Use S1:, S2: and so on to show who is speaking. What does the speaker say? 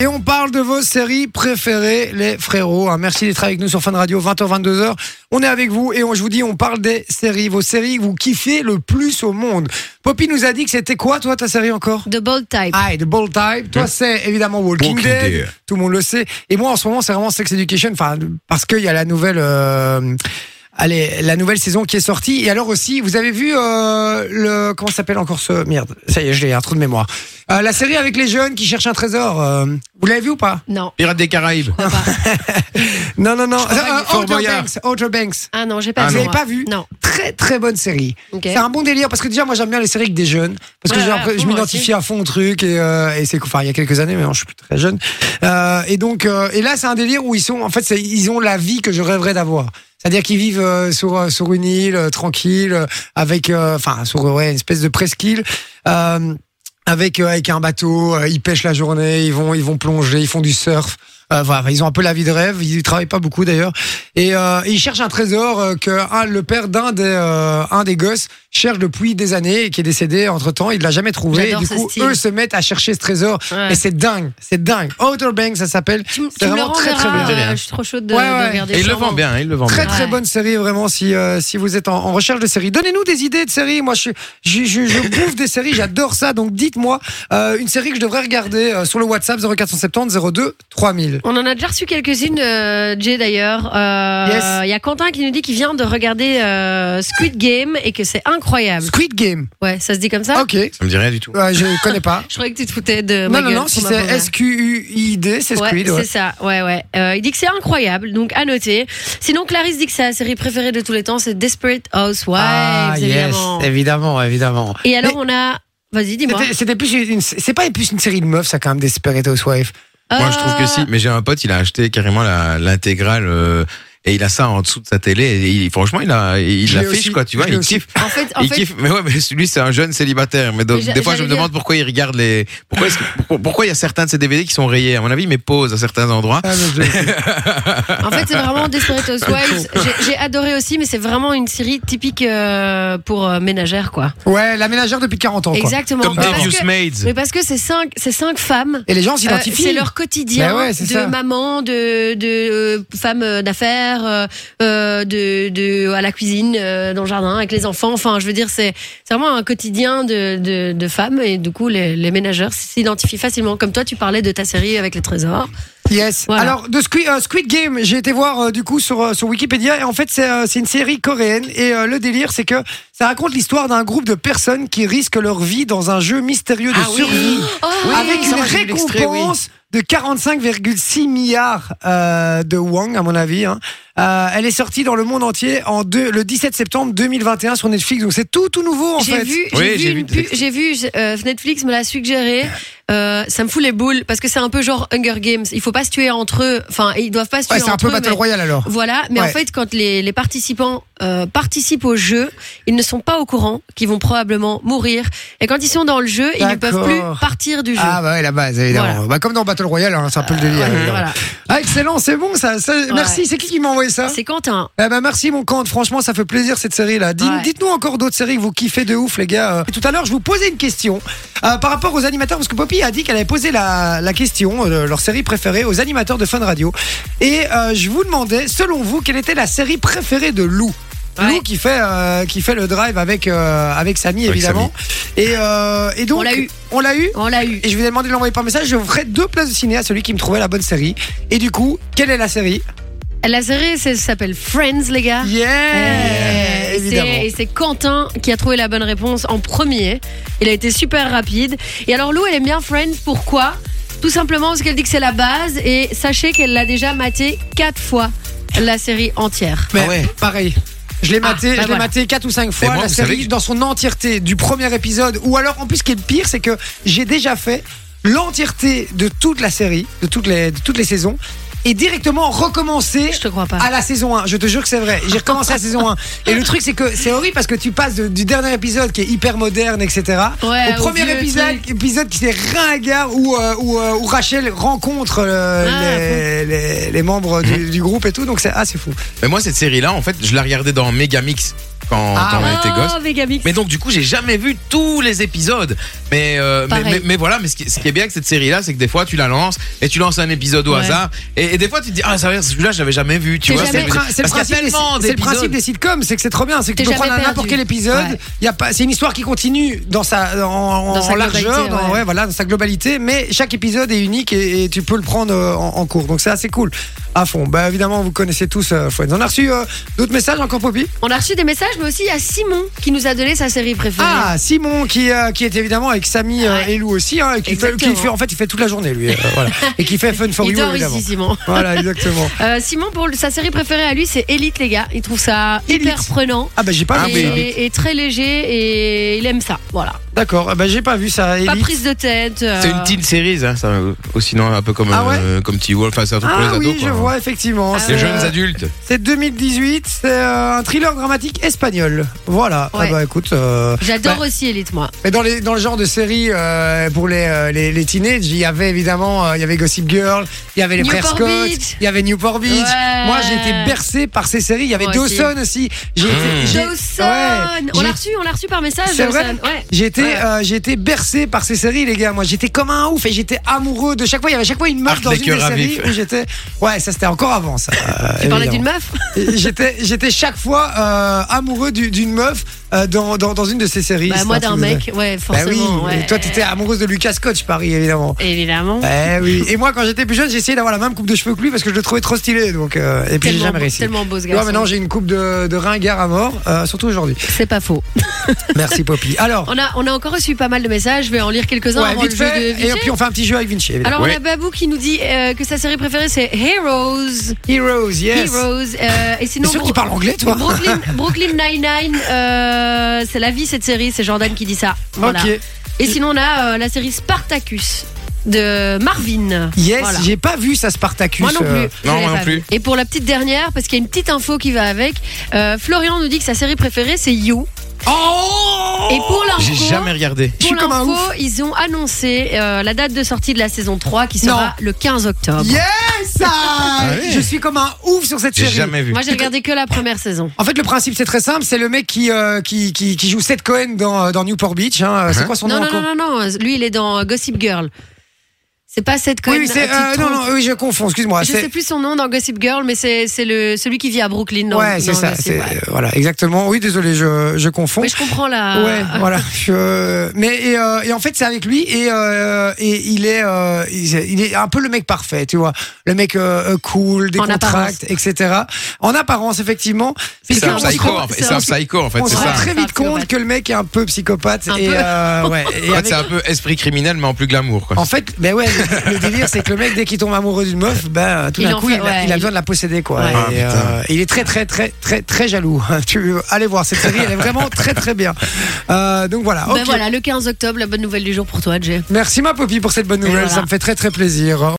S1: Et on parle de vos séries préférées, les frérots. hein. Merci d'être avec nous sur Fun Radio, 20h, 22h. On est avec vous et on, je vous dis, on parle des séries, vos séries que vous kiffez le plus au monde. Poppy nous a dit que c'était quoi, toi, ta série encore
S2: The Bold Type.
S1: Ah, et The Bold Type. Toi, c'est évidemment Walking,
S3: Walking
S1: Dead.
S3: Dead.
S1: Tout le monde le sait. Et moi, en ce moment, c'est vraiment Sex Education. Enfin, parce qu'il y a la nouvelle. euh, Allez, la nouvelle saison qui est sortie. Et alors aussi, vous avez vu euh, le comment ça s'appelle encore ce merde Ça y est, je l'ai un trou de mémoire. Euh, la série avec les jeunes qui cherchent un trésor. euh, vous l'avez vu ou pas
S2: Non.
S3: Pirates des Caraïbes.
S1: Ah,
S2: pas.
S1: Non, non, non.
S3: crois pas
S1: Euh,
S3: qu'il faut
S1: Outer
S3: Boyard.
S1: Banks. Outer Banks.
S2: Ah non, j'ai pas
S3: Ah
S2: vu.
S1: vous l'avez
S2: moi.
S1: pas vu
S2: Non.
S1: Très très bonne série.
S2: Ok.
S1: C'est un bon délire parce que déjà moi j'aime bien les séries avec des jeunes parce que
S2: Ouais,
S1: j'ai
S2: ouais,
S1: l'impression-
S2: à
S1: je
S2: fond, moi
S1: m'identifie à fond au truc et, euh, et c'est enfin il y a quelques années mais non, je suis plus très jeune Euh, et donc euh, et là c'est un délire où ils sont en fait c'est- ils ont la vie que je rêverais d'avoir c'est-à-dire qu'ils vivent euh, sur euh, sur une île euh, tranquille euh, avec euh, enfin sur euh, ouais, une espèce de presqu'île euh, avec euh, avec un bateau euh, ils pêchent la journée ils vont ils vont plonger ils font du surf euh, voilà, ils ont un peu la vie de rêve, ils travaillent pas beaucoup d'ailleurs. Et, euh, et ils cherchent un trésor euh, que un- le père d'un des, euh, un des gosses cherche depuis des années et qui est décédé entre temps, il l'a jamais trouvé. Et
S2: J'adore
S1: du
S2: ce
S1: coup,
S2: style.
S1: eux se mettent à chercher ce trésor.
S2: Ouais.
S1: Et c'est dingue, c'est dingue. Outer Banks, ça s'appelle.
S2: Tu, m-
S1: C'est
S2: tu me le
S1: vraiment très, très
S2: renverras,
S3: bien.
S2: euh, je suis trop chaude de,
S1: Ouais,
S2: de
S1: ouais.
S2: regarder.
S3: Et il le
S2: sûrement.
S3: vend bien, il le vend
S1: Très
S3: bien.
S1: très
S2: Ouais.
S1: bonne série vraiment si euh, si vous êtes en, en recherche de séries donnez-nous des idées de séries moi je suis je, je, je bouffe des séries j'adore ça donc dites-moi euh, une série que je devrais regarder euh, sur le WhatsApp 0470 02 3000
S2: On en a déjà reçu quelques-unes, euh, Jay d'ailleurs. Euh, Il
S1: Yes.
S2: y a Quentin qui nous dit qu'il vient de regarder euh, Squid Game et que c'est incroyable. Ah.
S1: Squid Game
S2: Ouais, ça se dit comme ça
S1: ok
S3: Ça me dit rien du tout.
S1: Ouais, je connais pas
S2: Je croyais que tu te foutais de ma
S1: Non, non,
S2: gueule
S1: non,
S2: sur
S1: si
S2: ma
S1: c'est
S2: pauvre.
S1: S-Q-U-I-D, c'est
S2: Ouais,
S1: Squid.
S2: c'est
S1: ouais.
S2: ça, ouais, ouais. Euh, il dit que c'est incroyable, donc à noter. Sinon, Clarisse dit que sa série préférée de tous les temps, c'est Desperate Housewives, évidemment.
S1: Ah, évidemment, évidemment.
S2: Et alors, on a. Vas-y, dis-moi.
S1: Eh C'était- C'était plus une, c'est pas plus une série de meufs, ça quand même, Desperate Housewives.
S3: Moi, je trouve que si.
S2: Euh,
S3: Mais j'ai un pote, il a acheté carrément la- l'intégrale. euh, Et il a ça en dessous de sa télé. Et il- franchement, il a, il
S1: Je l'ai
S3: l'affiche
S1: aussi.
S3: quoi, tu vois.
S1: Je l'ai
S3: Il
S1: aussi.
S3: kiffe,
S2: En fait, en
S3: il
S2: fait,
S3: kiffe. Mais ouais, mais lui, c'est un jeune célibataire. Mais donc,
S2: Mais j'a-
S3: des fois, je me
S2: j'allais
S3: demande pourquoi il regarde les, pourquoi est-ce que- pourquoi pourquoi il y a certains de ces DVD qui sont rayés. À mon avis, mais pause à certains endroits.
S2: Ah, En fait, c'est vraiment Desperate Housewives. J'ai- J'ai adoré aussi, mais c'est vraiment une série typique euh, pour euh, ménagères, quoi.
S1: ouais, la ménagère depuis 40 ans. quoi.
S2: Exactement.
S3: Comme
S2: mais,
S3: des
S2: parce
S3: Views
S2: que,
S3: Maids.
S2: mais parce que c'est cinq, c'est cinq femmes.
S1: Et les gens
S2: euh,
S1: s'identifient.
S2: c'est leur quotidien
S1: Bah ouais, c'est
S2: de
S1: ça.
S2: maman, de, de euh, femme euh, d'affaires, euh, euh, de, de à la cuisine, euh, dans le jardin, avec les enfants. Enfin, je veux dire, c'est c'est vraiment un quotidien de, de, de femmes et du coup, les, les ménageurs s'identifient facilement. Comme toi, tu parlais de ta série avec les trésors.
S1: Yes.
S2: Voilà.
S1: Alors, de Squid, euh, Squid Game, j'ai été voir euh, du coup sur, euh, sur Wikipédia et en fait, c'est euh, c'est une série coréenne. Et euh, le délire, c'est que ça raconte l'histoire d'un groupe de personnes qui risquent leur vie dans un jeu mystérieux de
S3: Ah oui.
S1: survie.
S2: Oh,
S1: avec
S3: ça,
S1: une
S3: moi, j'ai vu l'extrait,
S1: récompense de 45,6 milliards euh, de won à mon avis. hein. Euh, elle est sortie dans le monde entier en deux- le 17 septembre 2021 sur Netflix, donc c'est tout tout nouveau en
S2: J'ai
S1: fait.
S2: vu,
S3: Oui,
S2: j'ai vu,
S3: j'ai
S2: une
S3: vu des
S2: pu-
S3: extraits.
S2: j'ai vu, euh, Netflix me l'a suggéré. Euh, ça me fout les boules parce que c'est un peu genre Hunger Games. Il faut pas se tuer entre eux. Enfin, ils doivent pas se tuer
S1: Ouais, c'est
S2: entre
S1: un peu
S2: eux.
S1: Battle
S2: mais-
S1: Royale alors.
S2: Voilà, mais en
S1: Ouais.
S2: fait, quand les, les participants euh, participent au jeu, ils ne sont pas au courant qu'ils vont probablement mourir. Et quand ils sont dans le jeu, ils ne peuvent
S1: D'accord.
S2: plus partir du jeu.
S1: Ah bah ouais, la base évidemment.
S2: Voilà.
S1: Bah, comme dans Battle Royale, hein, c'est un peu le délire.
S2: Ouais,
S1: évidemment.
S2: voilà.
S1: Ah excellent, c'est bon ça. ça- Merci, c'est qui qui m'a envoyé ça
S2: C'est Quentin.
S1: Eh ben merci mon Kant, franchement ça fait plaisir cette série là.
S2: Ouais.
S1: Dites-nous encore d'autres séries que vous kiffez de ouf les gars. Euh, tout à l'heure je vous posais une question euh, par rapport aux animateurs parce que Poppy a dit qu'elle avait posé la, la question, euh, leur série préférée aux animateurs de Fun Radio. Et euh, je vous demandais selon vous quelle était la série préférée de Lou.
S2: Ouais.
S1: Lou qui fait euh, qui fait le drive avec euh, avec Samy
S3: Avec
S1: évidemment. Et, euh, et donc
S2: On l'a eu.
S1: On l'a eu.
S2: On l'a eu.
S1: Et je vous ai demandé de l'envoyer par message. Je vous ferai deux places de ciné à celui qui me trouvait la bonne série. Et du coup quelle est la série
S2: La série c'est- s'appelle Friends, les gars.
S1: Yeah,
S2: Et Ah. c'est- Et c'est Quentin qui a trouvé la bonne réponse en premier. Il a été super rapide. Et alors Lou, elle aime bien Friends. Pourquoi Tout simplement parce qu'elle dit que c'est la base. Et sachez qu'elle l'a déjà maté quatre fois la série entière.
S1: Mais
S3: Ah ouais.
S1: pareil. Je l'ai
S2: Ah,
S1: maté,
S2: bah
S1: je l'ai
S2: voilà.
S1: maté 4 ou 5 fois
S3: Et moi,
S1: la
S3: vous savez
S1: série
S3: que-
S1: dans son entièreté du premier épisode ou alors en plus ce qui est le pire c'est que j'ai déjà fait l'entièreté de toute la série, de toutes les de toutes les saisons et directement recommencer
S2: Je te crois pas.
S1: à la saison 1. Je te jure que c'est vrai. J'ai recommencé la saison 1. Et le truc, c'est que c'est horrible parce que tu passes de- du dernier épisode qui est hyper moderne, etc.
S2: Ouais,
S1: au premier
S2: vieux
S1: épisode,
S2: truc.
S1: épisode qui est ringard où, euh, où, euh, où Rachel rencontre euh,
S2: Ah,
S1: les, les- les membres du, du groupe et tout. Donc c'est assez fou.
S3: Mais moi, cette série-là, en fait, je la regardais dans Megamix quand,
S1: Ah.
S3: quand on était gosse.
S2: Oh, Vegamix.
S3: Mais donc du coup j'ai jamais vu tous les épisodes. Mais, euh, mais,
S2: Pareil.
S3: mais- mais voilà, mais ce qui, ce qui est bien avec cette série là, c'est que des fois tu la lances et tu lances un épisode au
S2: Ouais.
S3: hasard et, et des fois tu te dis ah ça va, celui-là je l'avais jamais vu. Tu
S2: T'es
S3: vois,
S2: jamais-
S3: ça veut dire-
S1: C'est le,
S3: parce qu'il y
S1: principe
S3: a
S1: des-
S3: tellement
S1: c'est le principe
S3: d'épisodes.
S1: des sitcoms, c'est que c'est trop bien, c'est que
S2: T'es
S1: tu peux
S2: jamais
S1: prendre n'importe
S2: perdu.
S1: quel épisode.
S2: Ouais.
S1: y a pas, c'est une histoire qui continue dans sa, en,
S2: Dans sa
S1: en largeur,
S2: globalité,
S1: dans,
S2: ouais.
S1: ouais, voilà, dans sa globalité, mais chaque épisode est unique et, et tu peux le prendre euh, en, en cours. Donc c'est assez cool. À fond. Bah évidemment, vous connaissez tous euh, Friends. On a reçu euh, d'autres messages encore, Poppy.
S2: On a reçu des messages, mais aussi il y a Simon qui nous a donné sa série préférée.
S1: Ah, Simon qui, euh, qui est évidemment avec Samy euh,
S2: Ouais.
S1: et Lou aussi, hein, et qui, fait,
S2: Exactement.
S1: qui fait- en fait, il fait toute la journée lui, euh, voilà. et qui fait Fun for
S2: il
S1: You
S2: dort
S1: évidemment.
S2: ici, Simon.
S1: Voilà, exactement.
S2: Euh, Simon, pour le- sa série préférée à lui, c'est Elite, les gars. Il trouve ça hyper
S1: Elite.
S2: prenant.
S1: Ah bah j'ai pas
S3: Ah,
S2: et,
S1: vu. ça.
S3: oui.
S2: et très léger et il aime ça, voilà.
S1: D'accord, Ah bah j'ai pas vu ça.
S2: Pas
S1: Elite.
S2: prise de tête. euh,
S3: C'est une teen series, hein, ça, euh, aussi non un peu comme
S1: Ah ouais
S3: euh, comme Teen Wolf, enfin, c'est un truc
S1: Ah
S3: pour les
S1: oui,
S3: ados.
S1: je
S3: quoi.
S1: vois effectivement.
S2: Ah
S1: C'est-
S3: Les
S2: ouais.
S3: jeunes adultes.
S1: C'est 2018, c'est euh, un thriller dramatique espagnol. Voilà.
S2: Ouais.
S1: Ah bah écoute. euh,
S2: J'adore aussi Elite, moi.
S1: mais dans, les, dans le genre de série euh, pour les, euh, les, les teenagers, il y avait évidemment euh, il y avait Gossip Girl, il y avait les frères
S2: Newport
S1: Scott,
S2: Beach.
S1: il y avait Newport Beach.
S2: Ouais.
S1: Moi j'ai été bercé par ces séries. Il y avait
S2: Moi aussi.
S1: Dawson aussi. J'ai été-
S3: Hmm.
S1: j'ai-
S2: Dawson
S1: ouais,
S2: On
S1: j'ai-
S2: l'a reçu, on l'a reçu par message.
S1: C'est vrai
S2: Dawson. Ouais.
S1: j'ai été,
S2: Ouais.
S1: euh, j'ai été bercé par ces séries, les gars. Moi, j'étais comme un ouf et j'étais amoureux de chaque fois. Il y avait chaque fois une meuf
S3: Arc
S1: dans une
S3: des
S1: des
S3: cœurs à
S1: séries
S3: vif.
S1: où j'étais. Ouais, ça c'était encore avant ça.
S2: Tu parlais d'une meuf
S1: Et J'étais, j'étais chaque fois euh, amoureux du- d'une meuf euh, dans, dans, dans une de ces séries.
S2: bah,
S1: C'est
S2: Moi
S1: un truc
S2: d'un
S1: de-
S2: mec, ouais,
S1: Bah oui.
S2: forcément. ouais.
S1: Et toi, t'étais amoureuse de Lucas Scott, je parie évidemment.
S2: Évidemment.
S1: Eh oui. Et moi, quand j'étais plus jeune, j'ai essayé d'avoir la même coupe de cheveux que lui parce que je le trouvais trop stylé. Donc, euh, et puis j'ai
S2: tellement,
S1: jamais
S2: beau-
S1: réussi.
S2: tellement beau ce
S1: Tu vois,
S2: garçon.
S1: maintenant j'ai une coupe de, de ringard à mort, euh, surtout aujourd'hui.
S2: C'est pas faux.
S1: Merci Poppy. Alors,
S2: On a, on a encore reçu pas mal de messages, je vais en lire quelques-uns
S1: ouais,
S2: avant
S1: vite
S2: le jeu
S1: fait,
S2: de Vichy.
S1: et puis on fait un petit jeu avec Vinci. évidemment.
S2: Alors on
S3: Ouais.
S2: a Babou qui nous dit euh, que sa série préférée c'est Heroes.
S1: Heroes, yes.
S2: Heroes. euh, et
S1: T'es
S2: sinon
S1: sûr
S2: Bro-
S1: qu'il parle anglais, toi
S2: Brooklyn, Brooklyn Nine-Nine, euh, c'est la vie cette série, c'est Jordan qui dit ça. Voilà.
S1: Ok.
S2: Et sinon on a euh, la série Spartacus de Marvin.
S1: Yes,
S2: Voilà.
S1: j'ai pas vu ça Spartacus.
S2: Moi non plus.
S1: euh,
S2: je
S3: non,
S2: l'ai
S3: moi
S2: pas
S3: non plus.
S2: vu. Et pour la petite dernière, parce qu'il y a une petite info qui va avec, euh, Florian nous dit que sa série préférée c'est You.
S1: Oh
S2: Et pour l'info,
S3: J'ai jamais regardé.
S1: Je
S2: Pour
S1: suis comme un
S2: l'info,
S1: ouf.
S2: ils ont annoncé euh, la date de sortie de la saison 3 qui sera
S1: Non.
S2: le 15 octobre.
S1: Yes ah,
S3: ouais.
S1: Je suis comme un ouf sur cette
S3: J'ai
S1: série.
S3: jamais vu.
S2: Moi, j'ai regardé que la première saison.
S1: En fait, le principe, c'est très simple. C'est le mec qui, euh, qui, qui, qui joue Seth Cohen dans, euh, dans Newport Beach. Hein. C'est
S3: Hein
S1: quoi son
S2: Non,
S1: nom
S2: non,
S1: encore
S2: non, non, non, euh, lui, il est dans Gossip Girl. C'est pas cette
S1: Oui,
S2: Cohen.
S1: oui, c'est.
S2: tu
S1: euh,
S2: te
S1: non,
S2: trompes.
S1: non, oui, je confonds, excuse-moi.
S2: Je
S1: c'est-
S2: sais plus son nom dans Gossip Girl, mais c'est c'est le celui qui vit à Brooklyn. dans-
S1: ouais, c'est
S2: dans
S1: ça.
S2: Gossip,
S1: c'est-
S2: ouais.
S1: euh, Voilà, exactement. Oui, désolé, je, je confonds.
S2: Mais je comprends la.
S1: Ouais, voilà. Je- Mais et, euh, et en fait, c'est avec lui et, euh, et il est euh, il est- il est un peu le mec parfait, tu vois, le mec euh, euh, cool, des
S2: En
S1: contracts, etc. En apparence, effectivement,
S3: C'est
S1: puisque
S3: un
S1: on se
S3: psycho,
S1: rend-
S3: en fait. C'est un psycho, en fait,
S1: on se
S3: c'est
S1: rend
S3: ça.
S1: très
S2: C'est un
S1: vite compte
S2: psychopathe.
S1: que le mec est un peu psychopathe
S2: Un
S1: et
S2: peu.
S1: euh, ouais. Et
S3: En fait,
S1: avec-
S3: c'est un peu esprit criminel, mais en plus glamour. Quoi.
S1: en fait, ben ouais, le, le délire c'est que le mec dès qu'il tombe amoureux d'une meuf, ben euh, tout
S2: Il
S1: d'un
S2: en
S1: coup
S2: fait-
S1: il, a,
S2: ouais,
S1: il a
S2: il-
S1: besoin de la posséder quoi.
S2: Ouais.
S1: Et,
S3: Ah,
S1: euh,
S3: putain.
S1: il est très très très très très jaloux. tu allez voir cette série, elle est vraiment très très bien. Euh, donc voilà.
S2: Ben
S1: ok.
S2: voilà, le 15 octobre, la bonne nouvelle du jour pour toi, Jay.
S1: Merci ma Poppy pour cette bonne nouvelle,
S2: voilà.
S1: ça me fait très très plaisir.